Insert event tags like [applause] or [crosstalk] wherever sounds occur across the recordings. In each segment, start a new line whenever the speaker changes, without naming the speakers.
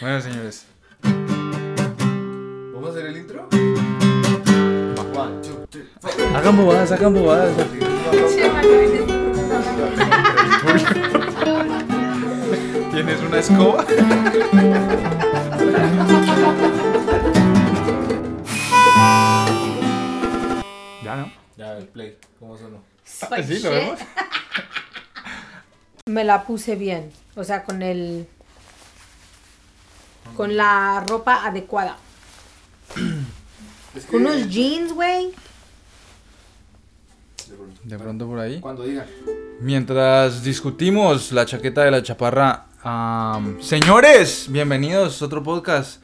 Bueno, señores.
¿Vamos a hacer el intro? One, two, three, four.
Hagan bobadas, hagan bobadas.
[laughs]
¿Tienes una escoba? ya, ¿no?
Ya, el play. ¿Cómo sonó?
Ah, Sí, lo vemos.
[laughs] Me la puse bien, o sea, con el con la ropa adecuada.
Es
Con unos jeans, güey.
De pronto.
De pronto por ahí.
Cuando digan.
Mientras discutimos la chaqueta de la chaparra. am, señores, bienvenidos a otro podcast.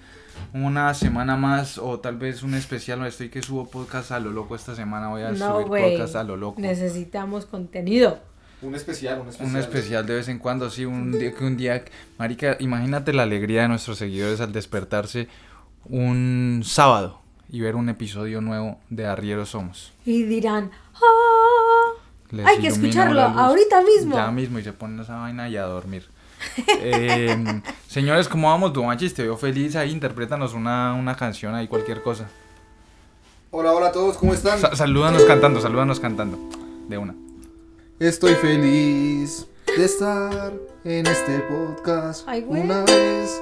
Una semana más o tal vez un especial. Estoy que subo podcast a lo loco esta semana. Voy a
No,
subir
güey.
podcast a lo loco.
Necesitamos contenido.
Un especial, un especial.
Un especial de vez en cuando, sí, un día que un día, marica, imagínate la alegría de nuestros seguidores al despertarse un sábado y ver un episodio nuevo de Arriero Somos.
Y dirán, "Ah,
Les
hay que
ilumina
escucharlo
la luz
ahorita mismo.
Ya mismo y se ponen esa vaina y a dormir. [laughs] Eh, señores, ¿cómo vamos, Dumanchis? Te veo feliz ahí, interprétanos una, una canción ahí, cualquier cosa.
Hola, hola a todos, ¿cómo están?
Sa- salúdanos cantando, salúdanos cantando. De una.
Estoy feliz de estar en este podcast
Ay, güey.
una vez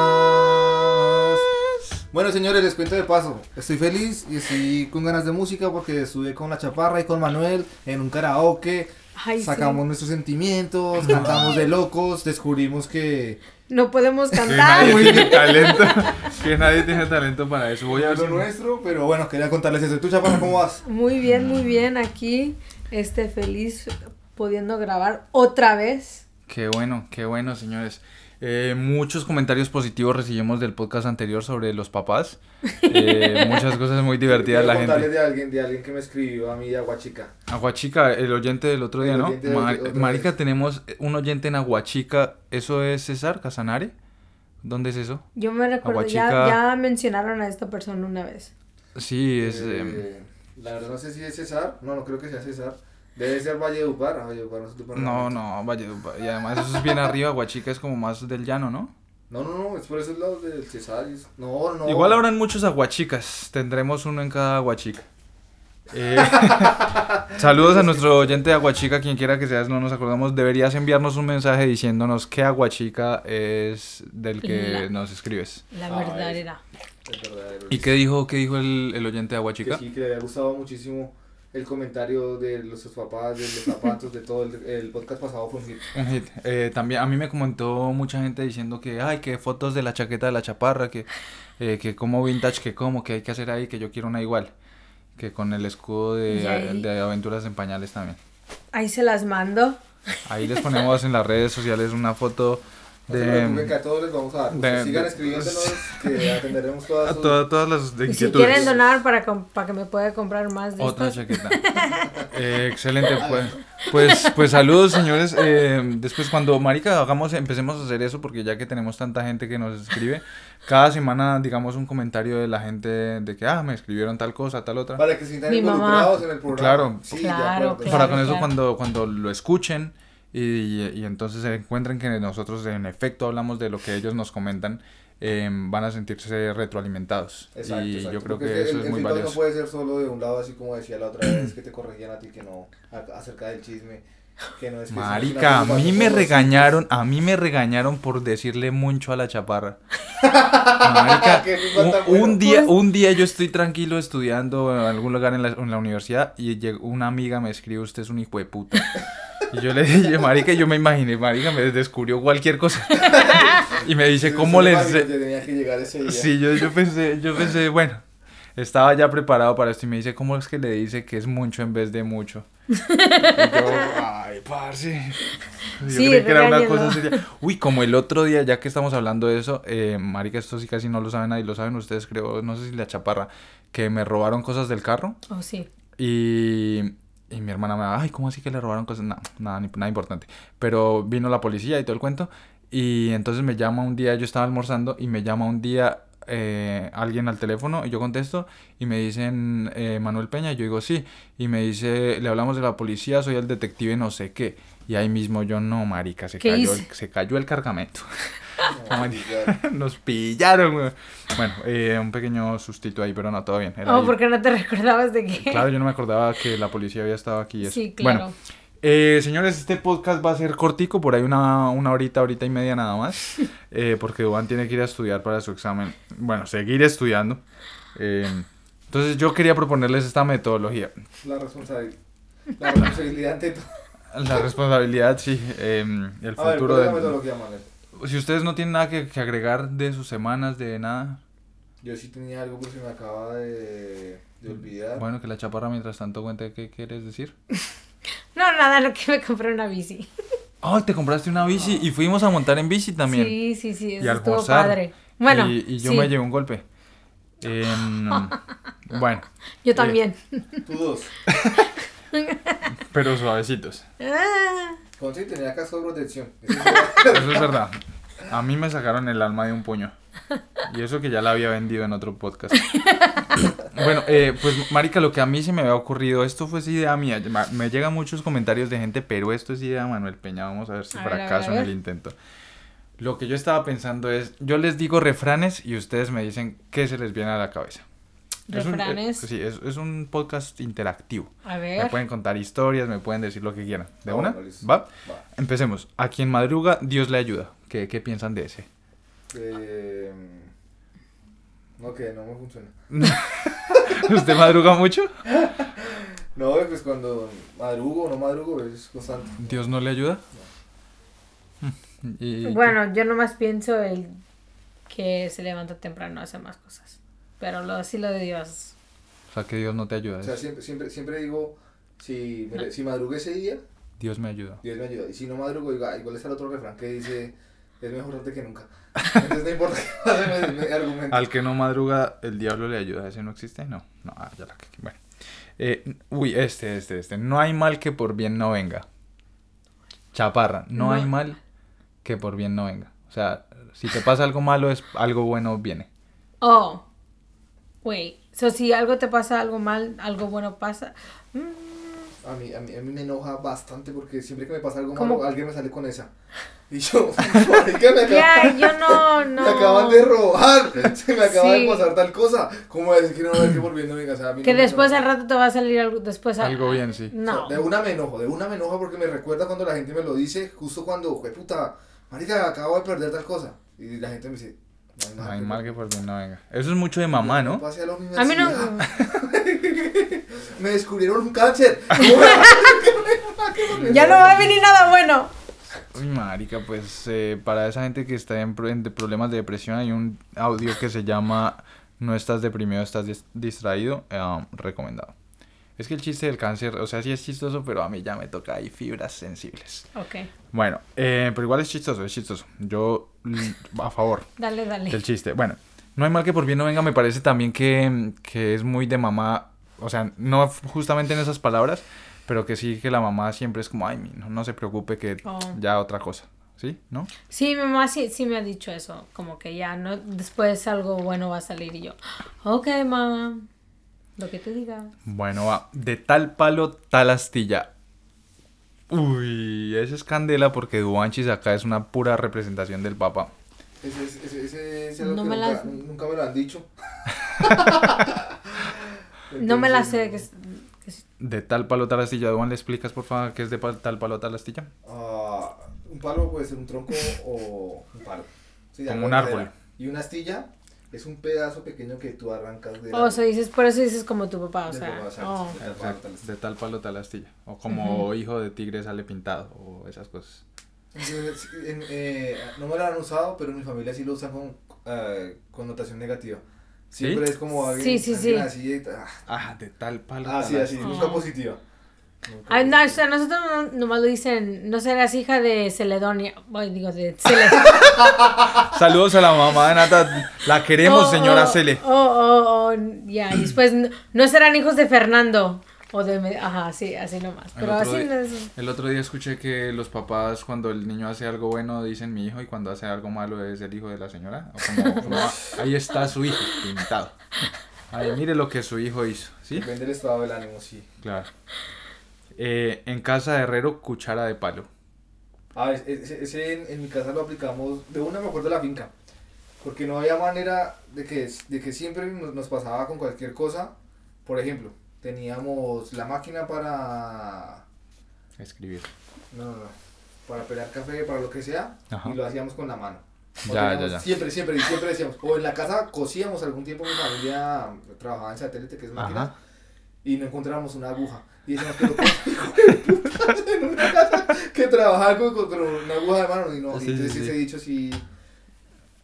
más. Bueno, señores, les cuento de paso. Estoy feliz y estoy con ganas de música porque estuve con la chaparra y con Manuel en un karaoke.
Ay, sí.
Sacamos nuestros sentimientos, cantamos de locos, descubrimos que
[laughs]
No podemos
Que
cantar.
nadie tiene talento. [laughs] Que nadie tiene talento para eso. Voy a ver
es lo
si-
nuestro, pero bueno, quería contarles eso. ¿Tú, chaparra, cómo vas?
Muy bien, muy bien. Aquí, este feliz pudiendo grabar otra vez.
Qué bueno, qué bueno, señores. Eh, muchos comentarios positivos recibimos del podcast anterior sobre los papás.
[laughs]
Eh, muchas cosas muy divertidas la
Quiero contarles
gente.
de alguien, de alguien que me escribió a mí de Aguachica.
Aguachica, el oyente del otro
El
día, ¿no?
oyente del
Mar-
otro día.
Marica, tenemos un oyente en Aguachica. ¿Eso es César Casanare? ¿Dónde es eso?
Yo me recuerdo, ya,
Aguachica.
ya mencionaron a esta persona una vez.
Sí, es... eh,
Eh, la verdad no sé si es César, no, no creo que sea César. Debe ser Valledupar, ah, Valledupar no es Valledupar,
no, no, Valledupar. Y además eso es bien arriba, Aguachica es como más del llano, ¿no?
No, no, no, es por esos lados del César. y es- No, no.
Igual habrán muchos aguachicas. Tendremos uno en cada aguachica.
[laughs]
Eh, saludos a nuestro oyente de aguachica, quien quiera que seas, no nos acordamos. Deberías enviarnos un mensaje diciéndonos qué aguachica es del que
La-
nos escribes.
La
Ah,
verdad
es-
era.
Es verdadero.
¿Y qué dijo, qué dijo el, el oyente de
Que
aguachica?
sí, que le había gustado muchísimo el comentario de los sus papás, de los zapatos, de todo. El, el podcast pasado fue un hit.
Un hit. Eh, también a mí me comentó mucha gente diciendo que, ay, que fotos de la chaqueta de la chaparra, que, eh, que como vintage, que como, que hay que hacer ahí, que yo quiero una igual. Que con el escudo
Y
de,
ahí-
de Aventuras en Pañales también.
Ahí se las mando.
Ahí les ponemos en las redes sociales una
[laughs]
foto
No se preocupen que
de, em,
a todos les vamos a dar.
de-
sigan
de- [laughs]
escribiéndonos que atenderemos todas
a
sus...
toda- todas las
Y si
inquietudes.
quieren donar para, com- para que me pueda comprar más de
Otra
estas.
chaqueta. Eh, excelente, pues, pues, pues saludos, señores. Eh, después cuando marica hagamos, empecemos a hacer eso, porque ya que tenemos tanta gente que nos escribe, cada semana digamos un comentario de la gente de que ah me escribieron tal cosa, tal otra.
Para que se sientan
Mi mamá.
involucrados en el programa.
Claro.
Sí,
Claro,
de acuerdo.
para con
claro.
eso cuando, cuando lo escuchen y, y entonces se encuentren que nosotros en efecto hablamos de lo que ellos nos comentan, em, van a sentirse retroalimentados.
Exacto,
y
exacto,
yo creo
porque
que
el-
eso
el
es muy
feedback No
valioso.
puede ser solo de un lado, así como decía la otra vez, que te corregían a ti que no, a- acerca del chisme. Que no es que eso es una
Marica, a
culpa,
mí
que
me
todos-
regañaron, a mí me regañaron por decirle mucho a la chaparra.
[laughs]
Marica,
Qué rico tan
un, un
bueno.
día, un día yo estoy tranquilo estudiando en algún lugar en la, en la universidad y llegó una amiga me escribe, usted es un hijo de puta. Y yo le dije, marica, yo me imaginé, marica, me descubrió cualquier cosa. [laughs] Y me dice,
Sí,
¿cómo
sí,
le
Mario,
ense-
yo tenía que llegar ese día. [laughs]
Sí, yo, yo pensé, yo pensé, bueno, estaba ya preparado para esto y me dice, ¿cómo es que le dice que es mucho en vez de mucho? Y yo, ay, parce. Yo
Sí,
creí que era una
regáñelo.
cosa seria. Uy, como el otro día, ya que estamos hablando de eso, eh, marica, esto sí casi no lo saben ahí, lo saben ustedes, creo, no sé si la chaparra, que me robaron cosas del carro
Oh, sí.
y... Y mi hermana me va, ay, ¿cómo así que le robaron cosas? No, nada, ni- nada importante. Pero vino la policía y todo el cuento. Y entonces me llama un día, yo estaba almorzando y me llama un día eh, alguien al teléfono y yo contesto y me dicen eh, Manuel Peña, y yo digo sí, y me dice, le hablamos de la policía, soy el detective no sé qué. Y ahí mismo yo no, marica, se
¿Qué
cayó,
hice?
el, se cayó el cargamento. [laughs] No, mentira. Nos pillaron, güey. Bueno, eh, un pequeño sustito ahí, pero no, todo bien. era
Oh,
ahí.
porque no te [laughs] recordabas de qué. [laughs]
Claro, yo no me acordaba que la policía había estado aquí. y eso.
Sí,
Bueno,
claro.
eh, señores, este podcast va a ser cortico, por ahí una, una horita, horita y media nada
[laughs]
más, eh, porque Duan tiene que ir a estudiar para su examen. Bueno, seguir estudiando. Eh, entonces yo quería proponerles esta metodología.
La responsabilidad. La responsabilidad ante todo.
La responsabilidad, sí, eh, el
A ver,
futuro
¿cuál es la
del-
metodología, Manuel?
Si ustedes no tienen nada que, que agregar de sus semanas, de nada,
Yo sí tenía algo, pero se me acaba de, de olvidar.
bueno, que la chaparra mientras tanto cuente qué quieres decir.
No, nada, lo que me compré una bici.
Ay, Ah, te compraste una bici y fuimos a montar en bici también.
Sí, sí, sí,
y
eso estuvo
almorzar.
padre. Bueno,
y, y yo
sí,
me llevé un golpe. Em,
[laughs]
bueno, [laughs]
yo también.
Tú dos.
pero suavecitos.
Ah,
Con sí tenía caso de protección. Eso es
Eso es verdad. A mí me sacaron el alma de un puño. Y eso que ya la había vendido en otro
[laughs]
podcast. Bueno, eh, pues Marica, lo que a mí se me había ocurrido, esto fue idea mía. Ma- Me llegan muchos comentarios de gente, pero esto es idea de Manuel Peña. Vamos a ver si
A ver, a ver,
fracaso
a
en
ver.
el intento. Lo que yo estaba pensando es, yo les digo refranes y ustedes me dicen qué se les viene a la cabeza. Es un- eh,
refranes.
sí, es, es un podcast interactivo.
A
Me
ver.
pueden contar historias, me pueden decir lo que quieran. ¿De
Ah,
una?
bueno, listo.
¿Va?
Va.
Empecemos. A quien madruga, Dios le ayuda. ¿Qué, qué piensan de ese? [laughs]
Eh, mm, no, que no me funciona.
¿Usted madruga mucho?
No, pues cuando madrugo o no madrugo es constante.
¿Dios no le ayuda? Mm, ¿Y qué?
Bueno, yo nomás pienso el que se levanta temprano hace más cosas. Pero lo, sí lo de Dios.
O sea, que Dios no te ayuda.
O sea,
es
siempre, siempre, siempre digo, si, me- si madrugo ese día,
Dios me ayuda.
Dios me ayuda. Y si no madrugo, digo, ah, igual está el otro refrán que dice, es mejor tarde que nunca. Entonces no importa qué pase, me, me argumento.
Al que no madruga, el diablo le ayuda. ¿Ese no existe? No. No, ah, ya la cagué. Bueno. Eh, uy, este, este, este. No hay mal que por bien no venga. Chaparra, no,
No.
hay mal que por bien no venga. O sea, si te pasa algo malo, es algo bueno viene.
Oh. Wait. So, si algo te pasa, algo mal, algo bueno pasa. Mm,
A mí, a, mí, a mí me enoja bastante porque siempre que me pasa algo
¿Cómo?
malo, alguien me sale con esa. Y yo, [laughs] marica, me, acaba-
Ya, yo no, no.
me acaban de robar. [laughs] Se me acaba
Sí.
de pasar tal cosa. ¿Cómo es que no me que volviendo venga? O sea, a mí
Que
no me-
después al rato te va a salir algo. Después a-
Algo bien, sí.
No.
De una me enojo, de una me enojo porque me recuerda cuando la gente me lo dice, justo cuando, "Jue puta, marica, acabo de perder tal cosa. Y la gente me dice,
No hay mal que por bien no venga. Eso es mucho de mamá, ¿no?
Pasé a la
A mí
[laughs]
no.
universidad, Me descubrieron un cáncer. [laughs] ¿Cómo?
[laughs] Ya no va a venir nada bueno.
Uy, marica, pues eh, para esa gente que está en, pro- en de- problemas de depresión hay un audio que se llama No estás deprimido, estás dis- distraído, eh, recomendado. Es que el chiste del cáncer, o sea, sí es chistoso, pero a mí ya me toca ahí fibras sensibles.
Ok.
Bueno, eh, pero igual es chistoso, es chistoso. Yo mm, a favor
Dale,
del
dale.
chiste. Bueno, no hay mal que por bien no venga, me parece también que, que es muy de mamá, o sea, no f- justamente en esas palabras, pero que sí que la mamá siempre es como, ay, mi, no, no se preocupe que
Oh.
ya otra cosa, ¿sí? ¿No?
Sí, mi mamá sí, sí me ha dicho eso. Como que ya no. Después algo bueno va a salir y yo. Ok, mamá. Lo que tú digas.
Bueno, va, de tal palo, tal astilla. Uy, ese es candela porque Duanchis acá es una pura representación del papá.
Ese, ese, ese, ese es algo
No
que
me
nunca,
las-
nunca me lo han dicho.
[laughs] No me la
Entonces,
sé.
no.
Que, es- que es-
De tal palo, tal astilla. Duan, ¿le explicas por favor qué es de pal- tal palo, tal astilla?
Ah, un palo puede ser un tronco o un palo. Sí, de
Como un
alguna
árbol.
manera. Y una astilla es un pedazo pequeño que tú arrancas de.
oh, o sea, dices, por eso dices como tu papá. O
Del
sea.
papá, o sea,
oh.
De tal palo, tal astilla.
de tal palo, tal astilla. O como hijo de tigre sale pintado o esas cosas.
Entonces, en- eh, no me lo han usado, pero en mi familia sí lo usan con eh, connotación negativa.
¿Sí?
Siempre es como alguien,
Sí, sí,
alguien
sí.
así. eh, ah,
Ah, de tal palo. tal
así, así,
astilla.
nunca
Ah.
positiva. Nunca
Ay, no, o
positiva.
sea, nosotros no- nomás lo dicen, no serás hija de Celedonia. Ay, digo, de Cele.
Saludos a la mamá de Nata. La queremos,
Oh,
señora
oh,
Cele.
Oh, oh, oh, ya. y Después, no, no serán hijos de Fernando. O de. Me- Ajá, sí, así nomás.
El
Pero
otro
así
día-
no es.
El otro día escuché que los papás cuando el niño hace algo bueno dicen mi hijo y cuando hace algo malo es el hijo de la señora. O
[laughs]
como, como, ahí está su hijo pintado. Ay, mire lo que su hijo hizo, ¿sí?
Depende del estado del ánimo, sí.
Claro. Eh, en casa de herrero, cuchara de palo.
Ah, es- es- ese, en, en mi casa lo aplicamos. De una me acuerdo de la finca. Porque no había manera de que, de que siempre nos, nos pasaba con cualquier cosa. Por ejemplo, teníamos la máquina para.
Escribir.
No, no, no. Para pelar café, para lo que sea.
Ajá.
Y lo hacíamos con la mano. O
Ya,
teníamos-
ya, ya.
Siempre, siempre, y siempre decíamos. O en la casa cosíamos algún tiempo. Mi familia trabajaba en satélite, que es máquina.
Ajá.
Y no encontrábamos una aguja. Y decíamos que lo [laughs] cosíamos en una casa que trabajaba con, con- con una aguja de mano. Y no,
Sí,
y entonces
sí, sí.
ese dicho sí.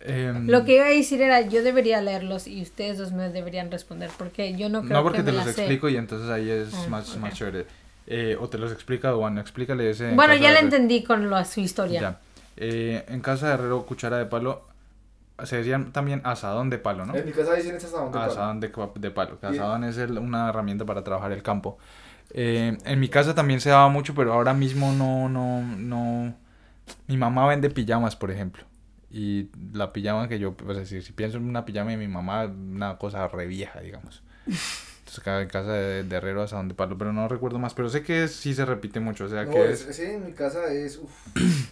Em,
Lo que iba a decir era, yo debería leerlos y ustedes dos me deberían responder, porque yo no creo
No, porque
que
te
me
los
las sé.
explico y entonces ahí es
Ah,
más,
ok.
más chévere. Eh, o te los explica o bueno, explícale ese. en
Bueno,
casa
ya
de
la
Herrero.
entendí con lo- su historia.
Ya. Eh, en casa de Herrero, cuchara de palo, se decían también asadón de palo, ¿no? Ah,
En mi casa dicen este hasta donde para.
Asadón de, cua- de palo. que
Bien.
Asadón es el- una herramienta para trabajar el campo. Eh, en mi casa también se daba mucho, pero ahora mismo no, no, no. Mi mamá vende pijamas, por ejemplo. Y la pijama que yo, pues, decir, si pienso en una pijama de mi mamá, una cosa re vieja, [laughs] digamos. Entonces, acá en casa de, de Herrero, asadón de palo, pero no recuerdo más. Pero sé que sí se repite mucho, o sea,
No,
que
es-
es-
ese en mi casa es. Uf,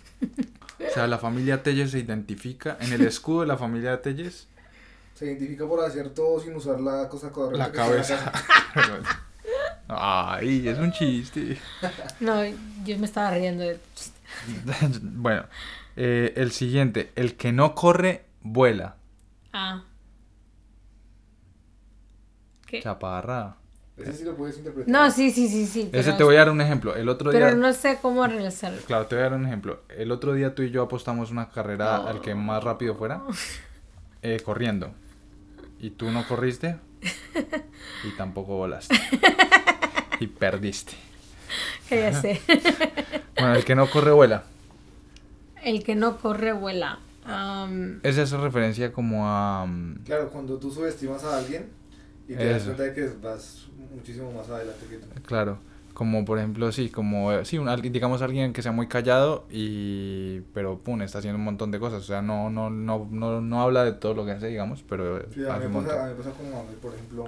o sea, la familia Telles se identifica en el escudo de la familia Telles,
se identifica por hacer todo sin usar la cosa cuadrada.
la
que está en
cabeza. [laughs]
casa.
Ay, es un chiste.
No, yo me estaba riendo. de-
bueno, eh, el siguiente. El que no corre, vuela.
Ah. ¿Qué?
Chaparra.
Ese sí lo puedes interpretar.
No, sí, sí, sí, sí.
Ese
pero-
te voy a dar un ejemplo. El otro
Pero
día.
no sé cómo realizarlo.
Claro, te voy a dar un ejemplo. El otro día tú y yo apostamos una carrera al que más rápido fuera. eh, corriendo. Y tú no corriste. Y tampoco
[laughs]
volaste. Y perdiste.
[laughs] Que
[laughs]
ya sé.
Bueno, el que no corre, vuela.
El que no corre vuela. Am,
Esa es referencia como a. mm,
Claro, cuando tú subestimas a alguien y te das
Eso. Eh,
cuenta de que vas muchísimo más adelante que tú.
Claro, como por ejemplo, sí, como, eh, sí, un alguien- digamos alguien que sea muy callado y, pero, pum, está haciendo un montón de cosas, o sea, no, no, no, no, no habla de todo lo que hace, digamos, pero eh,
Sí, a,
hace
mí
un
me pasa,
montón.
a mí me pasa como a mí, por ejemplo,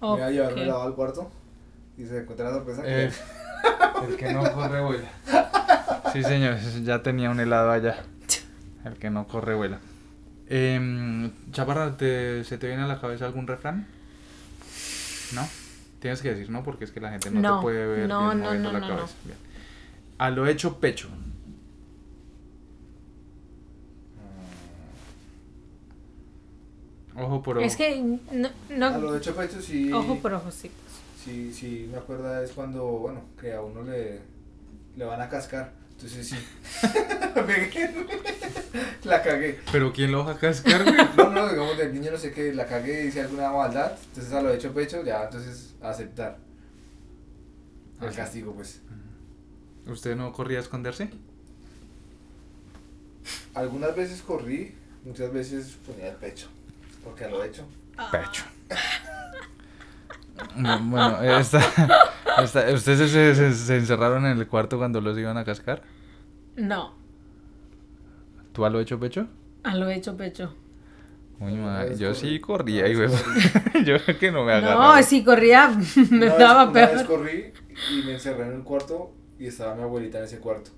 ok.
me iba a llevar un helado al cuarto y se encuentra la sorpresa que
Eh, el que no corre vuela. Sí, señores, ya tenía un helado allá. El que no corre vuela. Em, Chaparra, ¿te- ¿se te viene a la cabeza algún refrán? ¿No? Tienes que decir no porque es que la gente no,
No,
te puede ver
no,
bien
no,
moviendo
no,
la
no, no.
cabeza. Bien. A lo hecho pecho.
Mm,
Ojo por ojo.
Es que no, no-
a lo de hecho pecho sí,
ojo por ojo, sí.
sí, sí me acuerda es cuando, bueno, que a uno le, le van a cascar. Entonces sí, [laughs] Pegué. [laughs] la cagué.
Pero ¿quién lo va a [laughs] cascar, güey?
No, no, digamos, del niño no sé qué, la cagué, hice alguna maldad, entonces a lo hecho pecho, ya, entonces aceptar el
Ajá.
castigo, pues.
¿Usted no corría a esconderse?
Algunas veces corrí, muchas veces ponía el pecho, porque a
[laughs]
lo hecho.
Pecho. Bueno, esta, esta- ¿ustedes se, se- se encerraron en el cuarto cuando los iban a cascar?
No.
¿Tú a lo hecho pecho?
A lo hecho pecho.
Uy,
No,
madre,
es
yo sí
correcto.
corría,
No, es
güey. [laughs] Yo creo que no me agarraba.
No, si corría [laughs] me
Una vez-
daba
Una vez
peor.
corrí y me encerré en un cuarto y estaba mi abuelita en ese cuarto.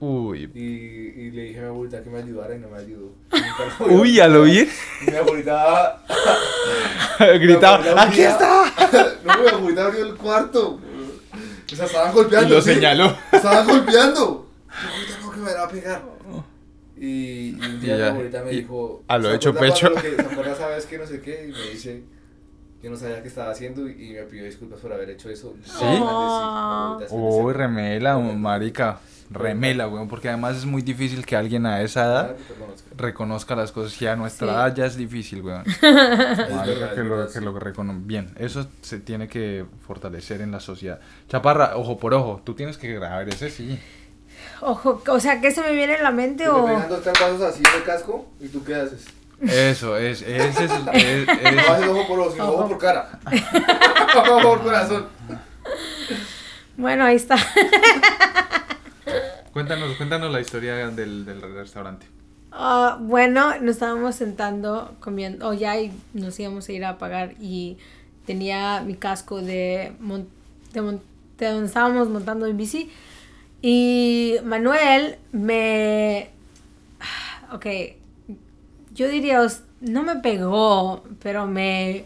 Uy.
Y, y le dije a mi abuelita que me ayudara y no me ayudó. Nunca la voy
[laughs]
a
Uy, a lo
olvidar.
bien.
Mi abuelita.
[laughs]
mi
Gritaba,
abuelita
¡aquí está!
[laughs] No, mi abuelita abrió el cuarto. O sea, estaban golpeando.
Y lo
¿sí?
señaló.
Estaban golpeando. Yo ahorita no, que me van a pegar. Y, y un día
Y
mi
ya,
abuelita me
y
dijo.
a lo
"¿Se
hecho
acuerda cuando
pecho?"
lo que- ¿Se acuerda, sabes que no sé qué? Y me dice. Yo no sabía qué estaba haciendo y, y me pidió disculpas por haber hecho eso.
¿Sí?
Abuelita, sí,
Uy,
sí.
remela, oh, marica. Remela, güey, porque además es muy difícil que alguien a esa edad
Ah, Te conozco.
reconozca las cosas. Ya a nuestra
Sí.
edad ya es difícil, güey.
Es
Marica,
verdad,
que
es
lo,
verdad,
que
sí.
lo recono- Bien, eso se tiene que fortalecer en la sociedad. Chaparra, ojo por ojo, tú tienes que grabar ese sí.
Ojo, o sea, ¿qué se me viene en la
Que
mente
Te
o...?
pegan dos cartazos así de casco y tú qué haces.
Eso, es,
[laughs]
ese es, es-
No
es-
haces ojo por ojo, sino ojo por cara. [laughs] ojo por corazón.
Bueno, ahí está.
Cuéntanos, cuéntanos la historia del, del restaurante.
Ah, bueno, nos estábamos sentando comiendo, o ya y nos íbamos a ir a pagar y tenía mi casco de, mon- de, mon- de donde estábamos montando en bici Y Manuel me... Ok, yo diría, os- no me pegó, pero me...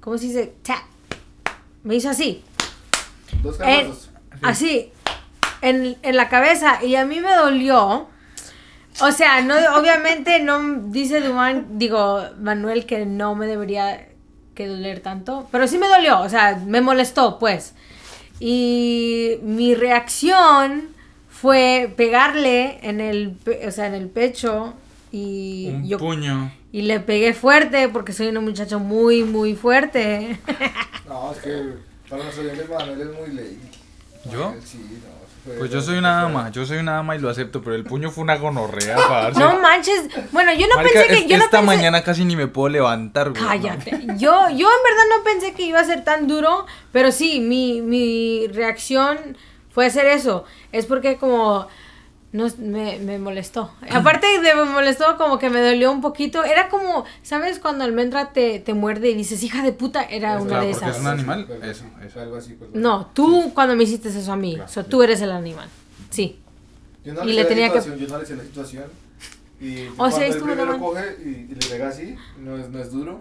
¿Cómo se dice? Tap. Me hizo así.
Dos
Eh,
cabezos.
así en, en la cabeza y a mí me dolió. O sea, no obviamente no dice Duman, digo Manuel que no me debería que doler tanto, pero sí me dolió, o sea, me molestó, pues. Y mi reacción fue pegarle en el, pe- o sea, en el pecho y
Un
yo
puño.
y le pegué fuerte porque soy una muchacha muy muy fuerte. [laughs]
No, es que para los oyentes Manuel es muy lady.
¿Yo?
Manuel, sí, no. fue-
Pues yo soy una
fue-
ama, yo soy una ama y lo acepto, pero el puño fue una
[laughs]
gonorrea, parce.
No manches. Bueno, yo no
Marica,
pensé que
es-
yo no
esta
pensé-
mañana casi ni me puedo levantar, güey.
Cállate. Yo, yo en verdad no pensé que iba a ser tan duro, pero sí, mi, mi reacción fue hacer eso. Es porque como no, me, me molestó.
[laughs]
Aparte de me molestó, como que me dolió un poquito. Era como, ¿sabes? Cuando almendra te, te muerde y dices, hija de puta, era
Eso,
una
Claro,
de
porque
esas.
es un animal.
Algo
Eso,
así,
eso.
Algo así, pues,
No, tú cuando me hiciste eso a mí.
Claro,
so, tú eres el animal. Sí.
Yo no le,
Y le
sé
tenía
la
que-
situación, yo no le sé la situación. Y
O sea,
cuando el
estuvo
primero
normal.
coge y, y le pega así, no es, no es duro,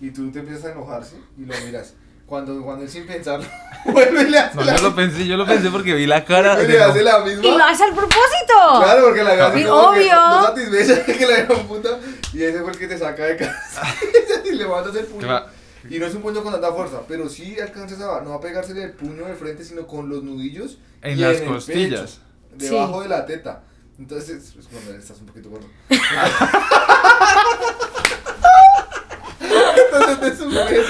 y tú te empiezas a enojarse y lo miras. Cuando, cuando él sin pensarlo, [laughs] vuelve y le hace,
No,
la,
yo lo pensé, yo lo pensé porque vi la cara
vuelve y
de
le hace
no-
la
Y lo
misma.
hace al propósito.
Claro, porque la veo así
Y
como que
obvio.
no satisfecha [laughs] que la veo puta, y ese fue el que te saca de casa [laughs] y le mandas el puño.
Claro.
Y no es un puño con tanta fuerza, pero sí alcanzas a, no a pegársele el puño de frente, sino con los nudillos
en
y
las
el pecho.
costillas.
Debajo
Sí.
de la teta. Entonces, pues cuando estás un poquito
[laughs]
gordo. Entonces te subes.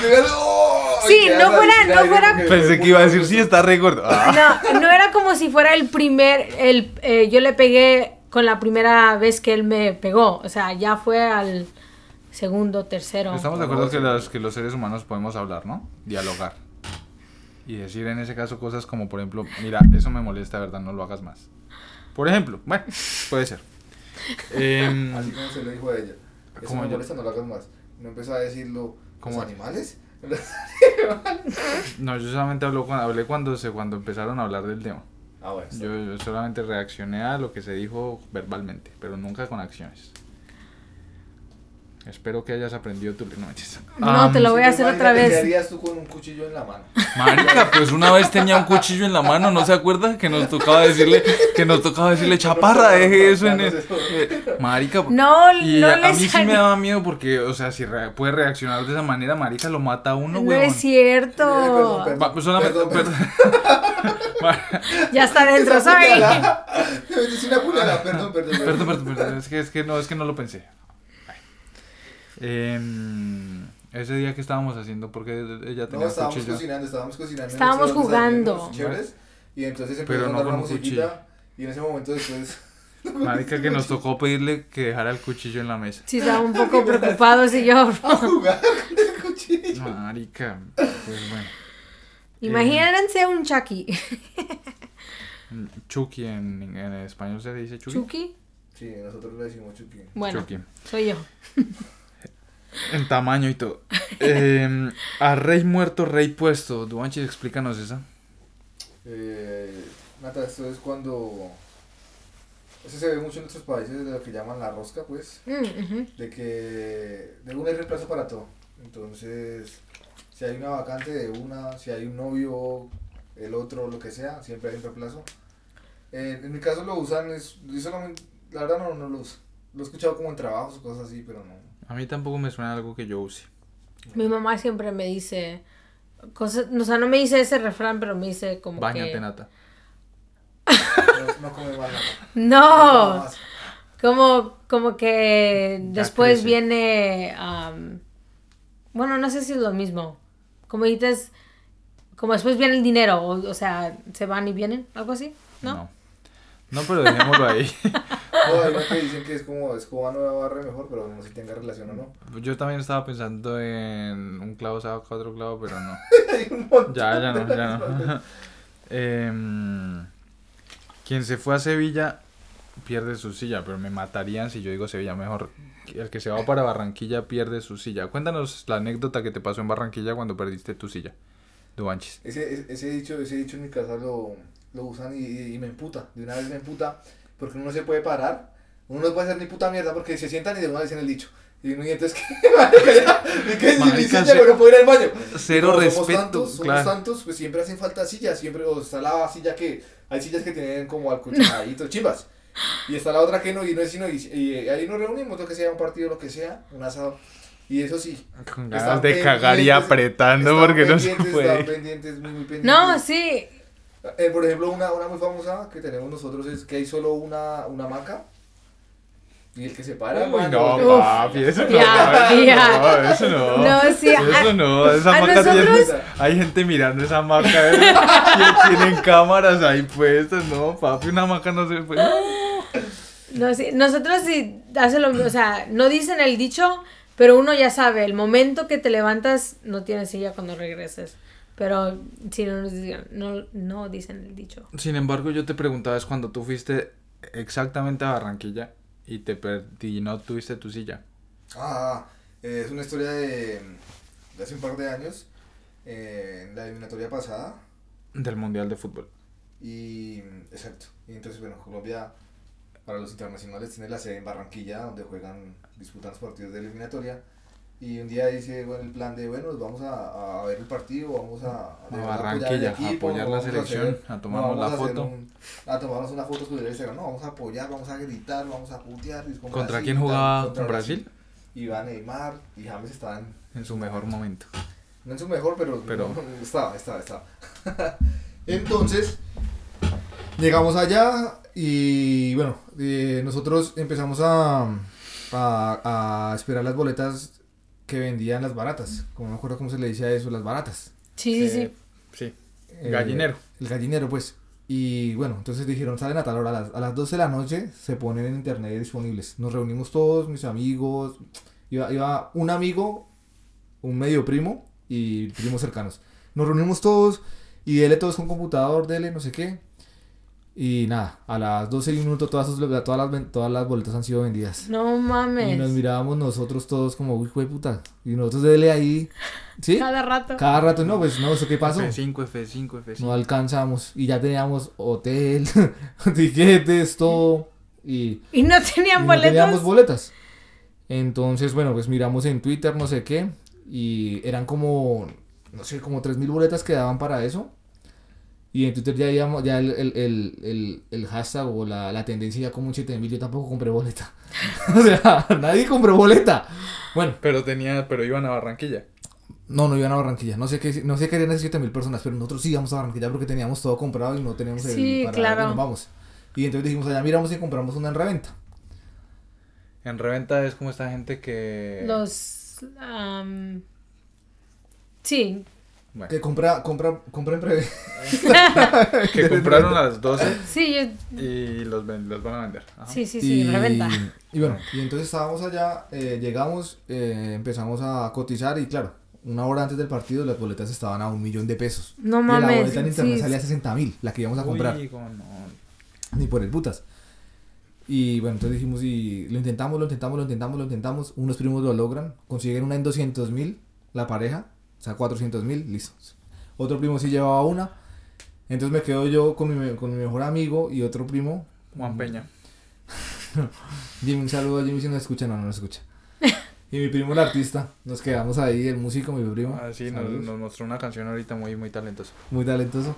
Llegas, ¡oh! y
Sí,
quedas
no fuera-
alucinado,
no
yo
fuera-
[laughs]
creo
Pensé que iba a
[laughs]
decir, sí, está re gordo. Ah.
No, no era como si fuera el primer, el, eh, yo le pegué con la primera vez que él me pegó, o sea, ya fue al segundo, tercero.
Estamos de acuerdo que los, que los seres humanos podemos hablar, ¿no? Dialogar. Y decir en ese caso cosas como, por ejemplo, mira, eso me molesta, ¿verdad? No lo hagas más. Por ejemplo, bueno, puede ser. Em,
[laughs] Así como se lo dijo a ella. Eso
¿Cómo
me
yo?
molesta, no lo hagas más. No empezó a decirlo.
¿Cómo?
¿Los animales? [laughs]
no, yo solamente hablo cuando, hablé cuando, se, cuando empezaron a hablar del tema.
Ah, bueno. está
Yo, yo solamente reaccioné a lo que se dijo verbalmente, pero nunca con acciones. Espero que hayas aprendido tu... No, mentiras.
No,
Am,
te lo voy a
Sí,
hacer
imagínate
otra vez.
¿Qué harías tú con un cuchillo en la
[laughs]
mano?
Marica, pues una vez tenía un cuchillo en la mano, ¿no se acuerda? Que nos tocaba decirle, que nos tocaba decirle, chaparra, deje eso en el... eh, Marica,
No,
y
no
a, a
le
mí sí
salió.
me daba miedo porque, o sea, si re- puede reaccionar de esa manera, marica, lo mata a uno,
No
güey.
es cierto.
Perdón,
solamente,
Perdón, perdón.
perdón.
[laughs] Ya está dentro,
Esa
sorry.
[laughs] puñalada. Me metiste una puñalada, perdón, perdón.
Ah, Perdón, perdón, perdón, es que, es que no, es que no lo pensé. Ay. Em, ese día que estábamos haciendo, porque ella
No,
tenía
estábamos
cuchillo.
cocinando, estábamos cocinando. en
Estábamos
nuestros desayunos
jugando.
Chéveres, y entonces
Pero
empezó
no
a dar
con
una
un
musiquita. Y en ese momento después. [laughs]
Marica, que nos tocó pedirle que dejara el cuchillo en la mesa.
Sí, estaba un poco preocupado si [laughs] yo.
A jugar con el cuchillo.
Marica, pues bueno.
Imagínense un Chucky.
Chucky en, en español se dice Chucky.
¿Chucky?
Sí, nosotros le decimos chuquín.
Bueno,
Chucky.
soy yo.
En tamaño y
[laughs]
todo. Em, a rey muerto, rey puesto. Duanchi, explícanos esa.
Eh, Nata, esto es cuando. Eso se ve mucho en otros países de lo que llaman la rosca, pues.
Mm, ujú.
De que. De una hay reemplazo para todo. Entonces, si hay una vacante de una, si hay un novio, el otro, lo que sea, siempre hay un reemplazo. Eh, en mi caso lo usan, es, yo solamente, la verdad no, no lo uso. Lo he escuchado como en trabajos o cosas así, pero no.
A mí tampoco me suena algo que yo use.
Mi mamá siempre me dice cosas, o sea, no me dice ese refrán, pero me dice como
Báñate,
que
nata.
No, no come mal nada.
[laughs] No.
No, más.
Como, como que
Ya
después
crece.
viene. am, bueno, no sé si es lo mismo. Como dices. Como después viene el dinero. O, o sea, se van y vienen. Algo así, ¿no?
No, No, pero dejémoslo ahí. [laughs]
No, hay unos que dicen que es como escoba nueva barre mejor, pero no sé si tenga relación o no. [laughs]
Yo también estaba pensando en un clavo saca otro clavo, pero no.
hay un montón.
Ya, ya no, ya
[laughs]
no. Em, quien se fue a Sevilla pierde su silla, pero me matarían si yo digo Sevilla. Mejor, el que se va para Barranquilla pierde su silla. Cuéntanos la anécdota que te pasó en Barranquilla cuando perdiste tu silla, Duanchis.
Ese, ese, ese dicho, ese dicho en mi casa lo, lo usan y, y me emputa. De una vez me emputa porque uno no se puede parar. Uno no puede hacer ni puta mierda porque se sientan y de una vez en el dicho. Y uno [laughs] y entonces que, marica, ya, ni que ni- ni
Marica,
silla,
sí.
pero no puedo ir al baño.
Cero
Como
respeto,
Somos tantos, somos
claro.
tantos, pues siempre hacen falta sillas, siempre, o está la silla que, hay sillas que tienen como alcuchonaditos, chivas. Y está la otra que no, y no es sino, y, y ahí nos reunimos, lo que sea, un partido, lo que sea, un asado. Y eso sí,
Con ganas
Están
de cagar y
pendientes,
apretando
están
porque no se
pendientes,
puede.
están pendientes, muy, muy pendientes.
No, sí.
Eh, por ejemplo, una, una muy famosa que tenemos nosotros es que hay solo una, una hamaca. Y el que se para,
Uy,
mano,
no,
el-
Uf,
papi, eso no,
ya,
eso
ya.
no, eso no.
No, sí,
Eso
a-
no, esa
a
maca
nosotros-
tiene- Hay gente mirando esa maca, a ver, que tienen cámaras ahí puestas, no, papi, una maca no se puede.
No, sí, Nosotros sí hace lo mismo, o sea, no dicen el dicho, pero uno ya sabe, el momento que te levantas no tienes silla cuando regreses. Pero si no nos dicen, no, no dicen el dicho.
Sin embargo, yo te preguntaba, es cuando tú fuiste exactamente a Barranquilla y te perdí, y no tuviste tu silla.
Ah, eh, es una historia de, de hace un par de años, eh, en la eliminatoria pasada,
Del Mundial de Fútbol.
y exacto, y entonces bueno, Colombia para los internacionales tiene la sede en Barranquilla, donde juegan, disputan los partidos de eliminatoria, y un día dice, bueno, el plan de, bueno, nos vamos a, a ver el partido, vamos a, de
A
verdad
Barranquilla, a apoyar
no
la
vamos hacer-
selección, a tomarnos
no
la
vamos a hacer
foto.
un- a tomarnos una foto con el Instagram, no, vamos a apoyar, vamos a gritar, vamos a putear. y es con
¿Contra
Brasil,
quién
tal,
jugaba?
contra
¿Con Brasil?
Iba Neymar y James estaban
En su mejor momento.
no en su mejor, pero,
Pero-
estaba, estaba, estaba. [laughs] Entonces, llegamos allá y bueno, eh, nosotros empezamos a, a, a esperar las boletas que vendían las baratas. Como no me acuerdo cómo se le dice a eso, las baratas.
Sí, sí,
Eh,
sí.
Sí.
Eh,
Gallinero.
El gallinero, pues. Y bueno, entonces dijeron, salen a tal hora, a las, a las 12 de la noche se ponen en internet disponibles. Nos reunimos todos, mis amigos, iba, iba un amigo, un medio primo y primos cercanos. Nos reunimos todos y dele todos con computador, dele no sé qué. Y nada, a las 12 y un minuto todas, sus- todas, las, ven- todas las boletas han sido vendidas.
No
Y nos
mames.
mirábamos nosotros todos como, uy, de puta. Y nosotros dele ahí, ¿sí?
Cada rato.
Cada rato, no, pues no, ¿eso qué pasó?
F5, F5, F5.
No alcanzamos y ya teníamos hotel, [laughs] tiquetes, todo y,
Y no
y
tenían
no
boletos.
teníamos boletas. Entonces, bueno, pues miramos en Twitter, no sé qué, y eran como, no sé, como 3.000 boletas que daban para eso. Y en Twitter ya, habíamos- ya el, el, el, el- el hashtag o la, la tendencia ya como un 7.000, yo tampoco compré boleta. [laughs] o sea, nadie compró boleta. Bueno,
Pero tenía, pero iban a Barranquilla.
no, no iban a Barranquilla. No sé qué, no sé qué harían esas 7000 personas, pero nosotros sí íbamos a Barranquilla porque teníamos todo comprado y no teníamos el
Sí,
para
claro.
dónde nos vamos. Y entonces dijimos, allá miramos y compramos una en reventa.
En reventa es como esta gente que.
Los. am, sí.
Bueno,
Que compra, compra, compra en preventa.
que
[laughs]
compraron a las 12
Sí, yo-
y los, ven- los van a vender.
Ah.
Ajá.
sí, sí, sí, reventa.
Y bueno, y entonces estábamos allá, eh, llegamos, eh, empezamos a cotizar y claro, una hora antes del partido las boletas estaban a un millón de pesos.
No
Y la
mames.
boleta en internet
sí,
salía a 60 mil, la que íbamos a comprar.
Uy, como no.
ni por el putas. Y bueno, entonces dijimos, y lo intentamos, lo intentamos, lo intentamos, lo intentamos. Unos primos lo logran, consiguen una en 200 mil, la pareja, o sea, 400 mil, listo. Otro primo sí llevaba una. Entonces me quedo yo con mi, me- con mi mejor amigo y otro primo.
Juan Peña.
Jimmy, un saludo a Jimmy si nos escucha, no, no nos escucha. Y mi primo el artista, nos quedamos ahí, el músico, mi primo.
Así nos,
saludos,
nos mostró una canción ahorita muy, muy talentosa.
Muy talentoso.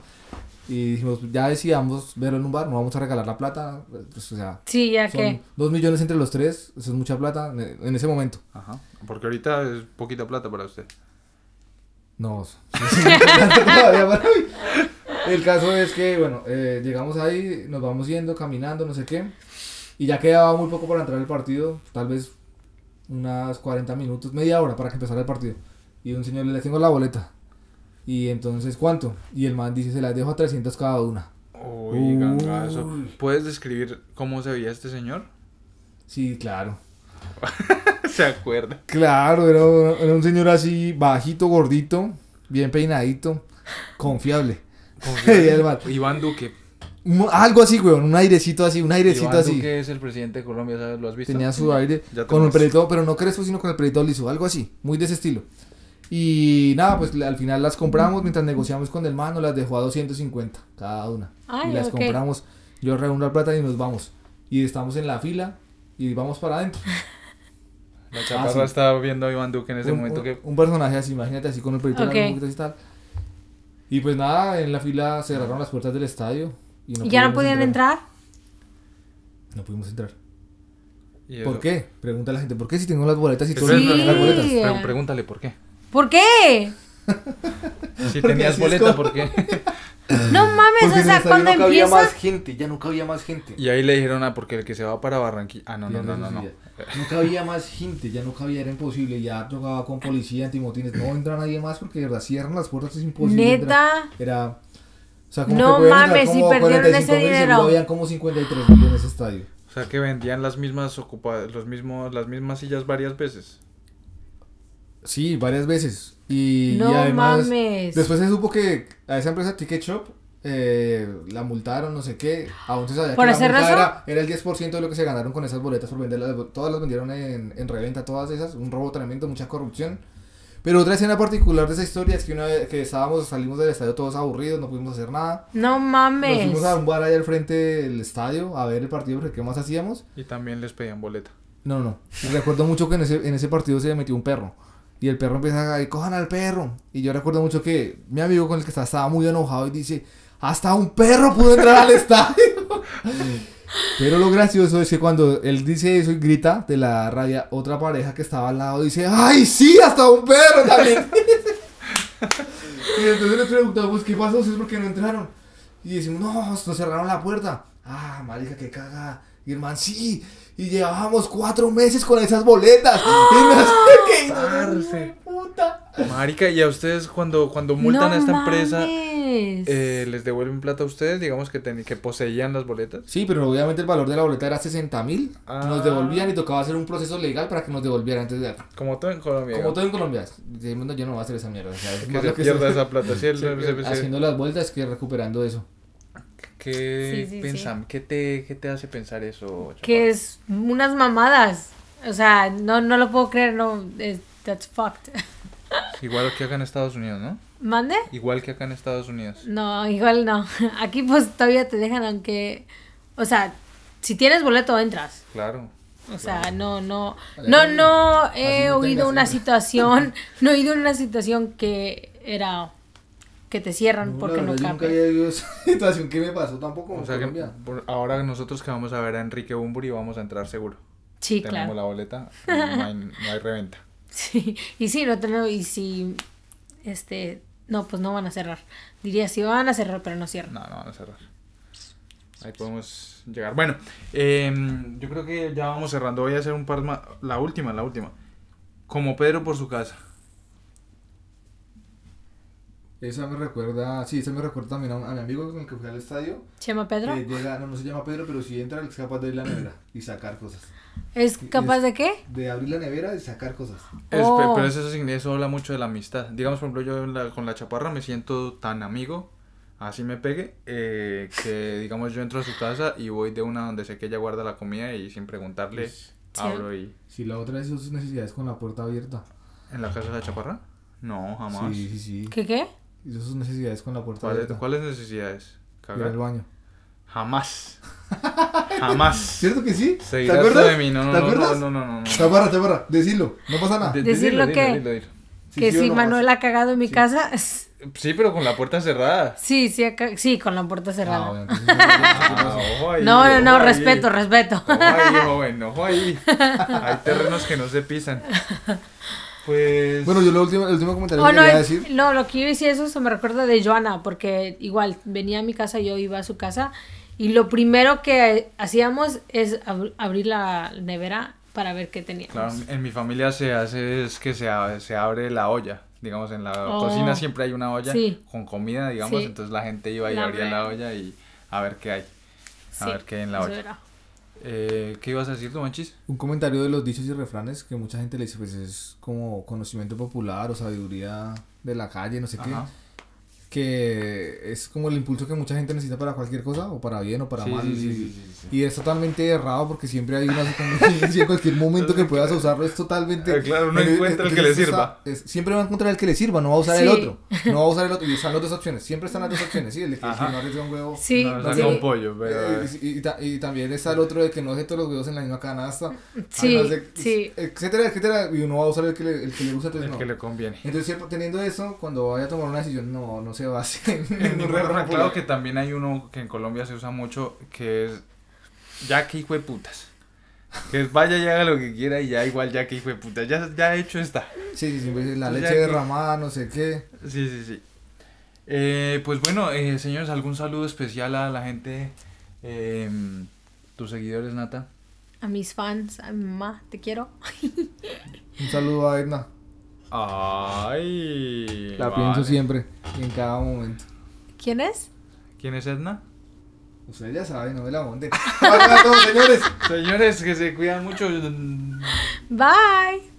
Y dijimos, ya decidamos verlo en un bar, no vamos a regalar la plata, pues, o sea,
Sí, ya que.
Son dos millones entre los tres, eso es mucha plata ne- en ese momento.
Ajá. Porque ahorita es poquita plata para usted.
No, [laughs] es- es mucha plata todavía para mí. El caso es que, bueno, eh, llegamos ahí, nos vamos yendo, caminando, no sé qué, y ya quedaba muy poco para entrar el partido, tal vez unas 40 minutos, media hora para que empezara el partido. Y un señor le dice, tengo la boleta. Y entonces, ¿cuánto? Y el man dice, se las dejo a 300 cada una.
Uy,
Uy.
gangazo. ¿Puedes describir cómo se veía este
[laughs]
señor?
Sí, claro.
¿Se acuerda?
Claro, era, era un señor así, bajito, gordito, bien peinadito, confiable. [laughs] Y el man,
Iván Duque.
un- algo así, weón, un airecito así, un airecito
Iván
así.
Duque es el presidente de Colombia, ¿sabes? ¿Lo has visto?
Tenía su aire
Ya te
con el
muestro.
pelito, pero no crespo, sino con el pelito liso, algo así, muy de ese estilo. Y nada, pues al final las compramos mientras negociamos con el man, nos las dejó a 250 cada una.
Ay,
y las
ok.
compramos. Yo reúno la plata y nos vamos. Y estamos en la fila y vamos para adentro.
La chaparra
Ah, sí.
estaba viendo a Iván Duque en ese
un,
momento
un-
que...
un personaje así, imagínate, así con el pelito
Ok.
largo, un poquito así, tal. Y pues nada, en la fila cerraron las puertas del estadio. Y,
¿Y ya no
pudimos
podían entrar?
No pudimos entrar.
y eso.
¿Por qué? Pregunta la gente, ¿por qué si tengo las boletas y
Espera,
todo el mundo
espera, espera,
tiene las boletas?
espera,
Sí.
pregúntale por qué.
¿Por qué?
Si
Porque
tenías
así es
boleta,
como-
¿por qué?
[laughs] [clears throat]
No mames,
Porque
Pues, o sea,
en el estadio
cuando
no cabía
empieza...
más gente, ya no cabía más gente.
Y ahí le dijeron, ah, porque el que se va para Barranquilla... Ah, no, no, no, no, no.
No cabía más gente, ya no cabía, era imposible, ya tocaba con policía, antimotines, no entra nadie más porque de verdad cierran las puertas, es imposible.
Neta.
entrar. Era, o sea, como
No
que pueden entrar
mames, y
como
perdieron
45
ese
mil, seguro
dinero.
habían como 53 mil en ese estadio.
O sea, que vendían las mismas ocupa- los mismos, las mismas sillas varias veces.
Sí, varias veces. Y, y
No
además,
mames.
después se supo que a esa empresa Ticket Shop eh, la multaron, no sé qué. Aún se sabía
¿Por
que la
hacer
multa
razón?
era, era el 10% de lo que se ganaron con esas boletas por venderlas. Todas las vendieron en, en reventa, todas esas. Un robo tremendo, mucha corrupción. Pero otra escena particular de esa historia es que una vez que estábamos, salimos del estadio todos aburridos, no pudimos hacer nada.
No
Nos
mames.
fuimos a un bar allá al frente del estadio a ver el partido porque ¿qué más hacíamos?
Y también les pedían boleta.
No, no, no. Y recuerdo mucho que en ese, en ese partido se metió un perro. Y el perro empieza a cojan al perro. Y yo recuerdo mucho que mi amigo con el que estaba estaba muy enojado y dice, hasta un perro pudo entrar al [laughs] estadio. Pero lo gracioso es que cuando él dice eso y grita de la raya, otra pareja que estaba al lado dice, ¡ay, sí, hasta un perro también! [laughs] y entonces le preguntamos, ¿qué pasó? ¿Ustedes por qué no entraron? Y decimos, no, nos cerraron la puerta. Ah, marica, qué caga. Y el man, sí. Y llevábamos cuatro meses con esas boletas. Y no sé qué. Y nosotros,
¡Ah! Parce.
puta.
Marica, ¿y a ustedes cuando, cuando multan
No
a esta empresa,
mames.
eh, les devuelven plata a ustedes? Digamos que, teni- que poseían las boletas.
Sí, pero obviamente el valor de la boleta era 60 mil.
Ah.
Nos devolvían y tocaba hacer un proceso legal para que nos devolvieran. Entonces,
Como todo en Colombia.
como
digamos,
todo en Colombia, decimos, "No, yo no voy a hacer esa mierda. o sea, es
Que
más
se
lo que
pierda
se- [laughs]
esa plata. Sí, el-
se-
se- se-
haciendo las vueltas que recuperando eso.
¿Qué,
Sí, sí,
pensam- ¿Qué, te, ¿Qué te hace pensar eso?
Que
chaparro?
es unas mamadas. O sea, no, no lo puedo creer, no. es- that's fucked. [laughs]
Igual que acá en Estados Unidos, ¿no?
¿Mande?
Igual que acá en Estados Unidos.
No, igual no. [laughs] Aquí pues todavía te dejan aunque... O sea, si tienes boleto entras.
Claro.
O sea, no, no,
Vale,
no,
vale.
no
Así
he
no
oído
tengas
una
dinero.
situación, no he oído una situación que era que te cierran porque no
yo nunca
cabe.
había vivido esa [laughs] situación que me pasó tampoco
O sea que por- ahora nosotros que vamos a ver a Enrique Bumburi vamos a entrar seguro.
Sí,
Tenemos
claro.
la
[laughs]
boleta, no hay, no hay reventa.
Sí. Y sí, no tenemos, y si este no, pues no van a cerrar. Diría si van a cerrar, pero no cierran.
No, no van a cerrar. Ahí podemos llegar. Bueno, em, yo creo que ya vamos cerrando. Voy a hacer un par más. La última, la última. Como Pedro por su casa.
Esa me recuerda, sí, esa me recuerda también a, un- a mi amigo con el que fui al estadio.
Chema Pedro,
Que llega, no, no se llama Pedro, pero si entra es capaz de abrir la nevera y sacar cosas.
¿es capaz
es-
de qué?
De abrir la nevera y sacar cosas.
Es- pe-
Oh.
pero eso, significa- eso habla mucho de la amistad. Digamos, por ejemplo, yo en la- con la chaparra me siento tan amigo, así me pegue, eh, que digamos yo entro a su casa y voy de una donde sé que ella guarda la comida y sin preguntarle, abro y...
Si Pues, la otra es sus necesidades con la puerta abierta.
¿En la casa de la chaparra? No, jamás.
Sí, sí, sí.
¿Qué qué?
Hizo sus necesidades con la puerta
¿Cuáles
abierta.
cuáles necesidades?
Ir al
Cagar.
baño. [laughs]
Jamás. Jamás.
¿Cierto que sí?
Se
¿Te
dirá eso
acuerdas?
de mí. No, no,
¿Te
no,
acuerdas?
no, no, no, no.
Taparra, taparra, decilo, no pasa nada.
De-
¿Decir
dilo,
lo
dilo,
que-
dilo, dilo.
que
sí o
si
no,
Manuel
sí.
ha cagado en mi casa. [laughs]
Sí, pero con la puerta cerrada.
Sí, sí, ha ca- sí, con la puerta
Ah,
cerrada.
bueno, entonces, entonces,
Ah, ojo ahí,
no, no,
ojo
no,
ahí.
respeto, respeto.
Ojo ahí, joven, ojo ahí. Hay terrenos que no se
[laughs]
pisan. Pues.
Bueno, yo lo último, el último comentario
Oh,
que
no,
quería
el-
decir.
no, lo que yo decía eso se me recuerda de Joana, porque igual venía a mi casa, yo iba a su casa, y lo primero que hacíamos es ab- abrir la nevera para ver qué teníamos.
claro, en mi familia se hace es que se, a- se abre la olla. Digamos, en la
Oh.
cocina siempre hay una olla
Sí.
con comida, digamos.
Sí.
Entonces la gente iba y
La
abría
abre.
la olla y a ver qué hay. A
Sí,
ver qué hay en la
eso
olla.
era.
Eh, ¿Qué ibas a decir, Manchis?
Un comentario de los dichos y refranes que mucha gente le dice, pues es como conocimiento popular o sabiduría de la calle, no sé qué. que es como el impulso que mucha gente necesita para cualquier cosa, o para bien o para
Sí,
mal.
sí, sí,
y-
sí, sí, sí.
Y es totalmente errado porque siempre hay una circunstancia en cualquier momento que
[laughs]
puedas usarlo, es totalmente...
Ah, claro, uno
Pero,
encuentra el
entonces,
que le
esto
sirva.
está- es- siempre va a encontrar el que le sirva, no va a usar el
Sí.
otro. No va a usar el otro. Y están las dos opciones, siempre están las dos opciones, ¿sí? El de que
Ajá.
si no arriesga un huevo...
Sí,
No, no
sí.
saca un pollo, pero...
Eh, y, y ta- y también está el otro de que no deje todos los huevos en la misma canasta.
Sí,
además de-
sí.
Etcétera, etcétera. Y uno va a usar el que le, el que le gusta, entonces
El
pues no.
que le conviene.
[laughs] Entonces, siempre teniendo eso, cuando vaya a tomar una decisión, no, no se base
[laughs]
[laughs]
En un refrán,
ramo
claro
popular.
que también hay uno que en Colombia se usa mucho, que es ya que hijo de putas. Que es vaya y haga lo que quiera y ya igual ya que hijo de putas. Ya, ya hecho está.
Sí, sí, siempre dice la
Ya
leche
que-
derramada, no sé qué.
Sí, sí, sí. Eh, pues bueno, eh, señores, algún saludo especial a la gente, eh, tus seguidores, Nata.
A mis fans, a mi mamá, te quiero. [laughs]
Un saludo a Edna.
Ay.
La
vale.
pienso siempre, en cada momento.
¿Quién es?
¿Quién es Edna? [laughs]
Ustedes ya saben, no me la monten. Hasta luego, señores.
Señores, que se cuidan mucho.
Bye.